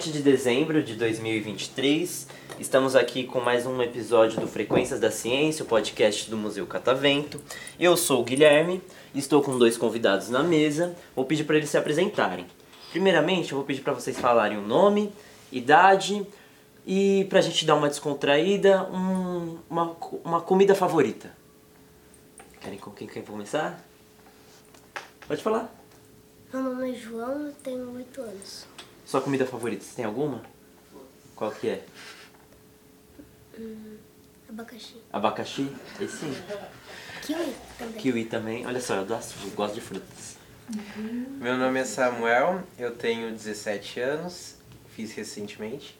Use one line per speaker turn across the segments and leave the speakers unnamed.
7 de dezembro de 2023. Estamos aqui com mais um episódio do Frequências da Ciência, o podcast do Museu Catavento. Eu sou o Guilherme, estou com dois convidados na mesa. Vou pedir para eles se apresentarem. Primeiramente, eu vou pedir para vocês falarem o nome, idade e para a gente dar uma descontraída, um- uma, co- uma comida favorita. Querem com quem quer começar? Pode falar.
Meu nome é João, eu tenho 8 anos.
Sua comida favorita, você tem alguma? Qual que é?
Abacaxi.
Abacaxi? Aí sim.
Kiwi também.
Kiwi também. Olha só, eu gosto, eu gosto de frutas.
Meu nome é Samuel, eu tenho 17 anos, fiz recentemente.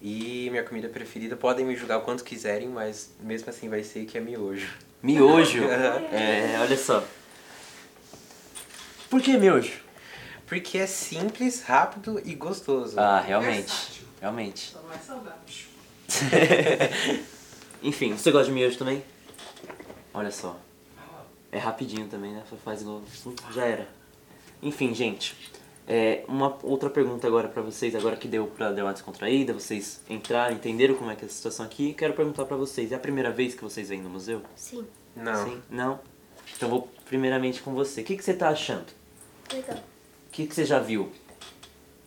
E minha comida preferida, podem me julgar o quanto quiserem, mas mesmo assim vai ser que é miojo.
Miojo. é, olha só. Por que miojo?
Porque é simples, rápido e gostoso.
Ah, realmente. Realmente.
Só não é saudável.
Enfim, você gosta de miojo também? Olha só. É rapidinho também, né? Só faz gol. Já era. Enfim, gente. é, uma outra pergunta agora pra vocês, agora que deu pra dar uma descontraída, vocês entraram, entenderam como é que é a situação aqui. Quero perguntar pra vocês, é a primeira vez que vocês vêm no museu?
Sim,
Não.
Sim? Não? Então vou primeiramente com você. O que, que você tá achando?
legal.
O que, que você já viu?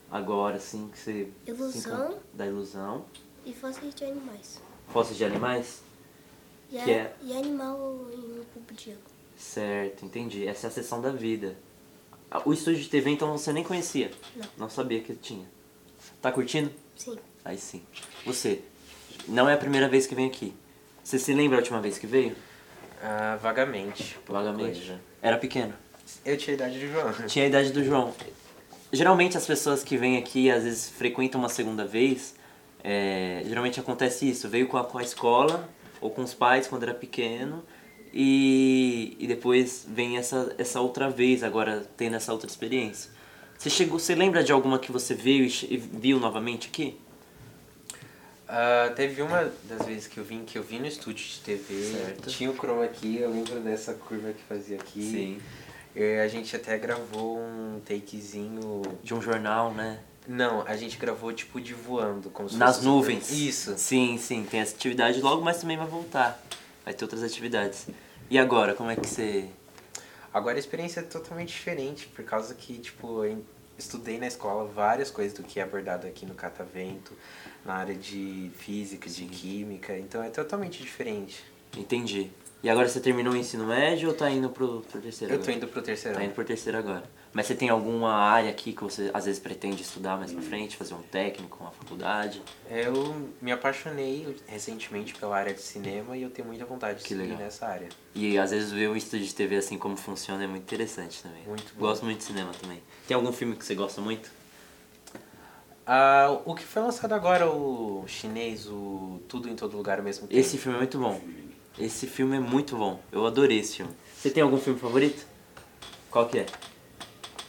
Agora, assim, que você... se
Ilusão.
encanta- Da ilusão.
E fósseis de animais.
Fósseis de animais?
E, a-
Que é?
e animal em um cubo de água.
Certo, entendi. Essa é a sessão da vida. Ah, O estúdio de TV, então, você nem conhecia?
Não.
sabia que tinha. Tá curtindo?
Sim,
Aí sim. Você, não é a primeira vez que vem aqui. Você se lembra a última vez que veio?
Ah, vagamente. pouca
Vagamente.
coisa.
Era pequeno.
Eu tinha a idade do João.
Tinha a idade do João. Geralmente as pessoas que vêm aqui, às vezes frequentam uma segunda vez, é, geralmente acontece isso. Veio com a, com a escola ou com os pais quando era pequeno e, e depois vem essa, essa outra vez, agora tendo essa outra experiência. Você chegou, você lembra de alguma que você veio e che- e viu novamente aqui?
Ah, teve uma das vezes que eu vim, que eu vim no estúdio de TV,
Certo.
tinha o chroma aqui, eu lembro dessa curva que fazia aqui. Eh, a gente até gravou um takezinho
De um jornal, né?
Não, a gente gravou tipo de voando, como se
Nas
fosse um
nuvens.
super- Isso.
Sim, sim, tem essa atividade logo, mas também vai voltar. Vai ter outras atividades. E agora, como é que você
Agora a experiência é totalmente diferente, por causa que, tipo, eu estudei na escola várias coisas do que é abordado aqui no Catavento, na área de física, de química, então é totalmente diferente.
Entendi. E agora você terminou o ensino médio ou tá indo pro, pro terceiro
Eu tô
agora?
indo pro terceiro
Tá indo
ano.
pro terceiro agora. Mas você tem alguma área aqui que você às vezes pretende estudar mais pra frente, fazer um técnico, uma faculdade?
Eu me apaixonei recentemente pela área de cinema e eu tenho muita vontade de
Que
seguir
legal.
nessa área.
E às vezes ver um estúdio de TV assim como funciona é muito interessante também.
Muito bom.
Gosto muito de cinema também. Tem algum filme que você gosta muito?
Ah, o que foi lançado agora, o chinês, o Tudo em Todo Lugar ao mesmo tempo.
Esse filme é muito bom. Esse filme é muito bom. Eu adorei esse filme. Você tem algum filme favorito? Qual que é?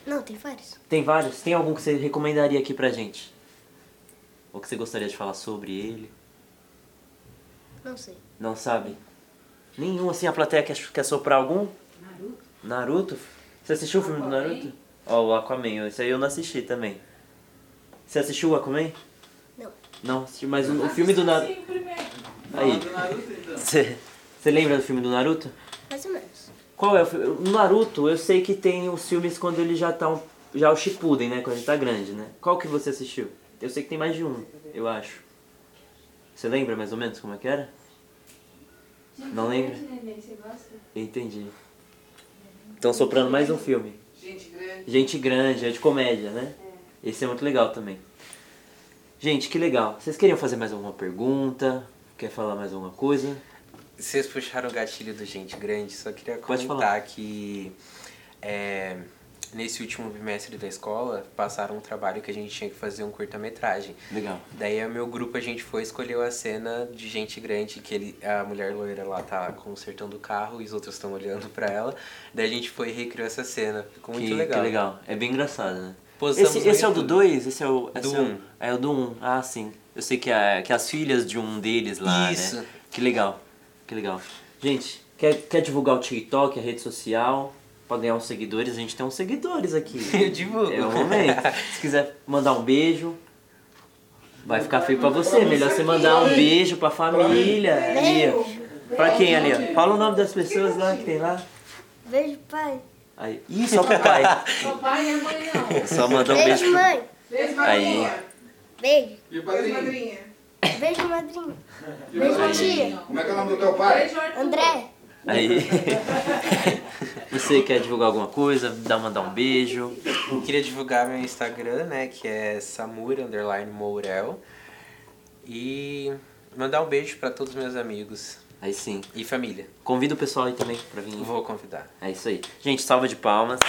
não, tem vários.
Tem vários. Tem algum que você recomendaria aqui pra gente? Ou que você gostaria de falar sobre ele?
Não sei.
Não sabe? Nenhum, assim, a plateia quer, quer soprar algum?
Naruto.
Naruto? Você assistiu o filme do
Aquaman.
Naruto? Ó, o Aquaman, esse aí eu não assisti também. Você assistiu o Aquaman?
Não.
Não, assisti, mas o, o filme do Naruto...
Sim, primeiro.
Aí.
Fala do Naruto, então.
Você você lembra do filme do Naruto?
Mais ou menos.
Qual é o filme? O Naruto, eu sei que tem os filmes quando ele já tá um, já o Shippuden, né? Quando ele tá grande, né? Qual que você assistiu? Eu sei que tem mais de um, eu acho. Você lembra mais ou menos como é que era? Não lembra? Entendi. Estão soprando mais um filme.
Gente grande.
Gente grande, é de comédia, né? Esse é muito legal também. Gente, que legal. Vocês queriam fazer mais alguma pergunta? Quer falar mais alguma coisa?
Vocês puxaram o gatilho do Gente Grande, só queria
Pode
comentar que é, nesse último bimestre da escola passaram um trabalho que a gente tinha que fazer um curta-metragem.
Legal.
Daí o meu grupo a gente foi e escolheu a cena de Gente Grande, que ele, a mulher loira lá tá consertando o carro e os outros estão olhando pra ela. Daí a gente foi e recriou essa cena. Ficou muito
que,
legal.
que legal. É bem engraçado, né?
Postamos
Esse,
no
esse é o do
YouTube.
2? Esse é o. esse
Do
é o-
um.
É o do 1. Um. Ah, sim. Eu sei que, a, que as filhas de um deles lá,
Isso.
né? Que legal, que legal. Gente, quer, quer divulgar o TikTok, a rede social? Pra ganhar uns seguidores, a gente tem uns seguidores aqui.
Eu divulgo.
É o momento. Se quiser mandar um beijo, vai ficar feio pra você. Melhor você mandar um beijo pra família. Aí, ó. Pra quem ali, ó? Fala o nome das pessoas lá que tem lá.
Beijo, pai.
Aí. Ih, só pro pai.
Papai e a mãe não.
Só mandar um beijo
Beijo,
pro
mãe.
Beijo,
Aí.
madrinha.
Beijo.
E o
Beijo,
padrinho?
madrinha.
Beijo, madrinho.
E o padrinho?
Beijo, tia.
Como é que é o nome do teu pai?
Beijo, Arthur.
André.
Aí. Você quer divulgar alguma coisa? Dá mandar um beijo.
Eu queria divulgar meu Instagram, né? Que é Samura underline Mourel. E mandar um beijo pra todos meus amigos
Aí sim.
e família.
Convida o pessoal aí também pra vir.
Vou convidar.
É isso aí. Gente, salva de palmas.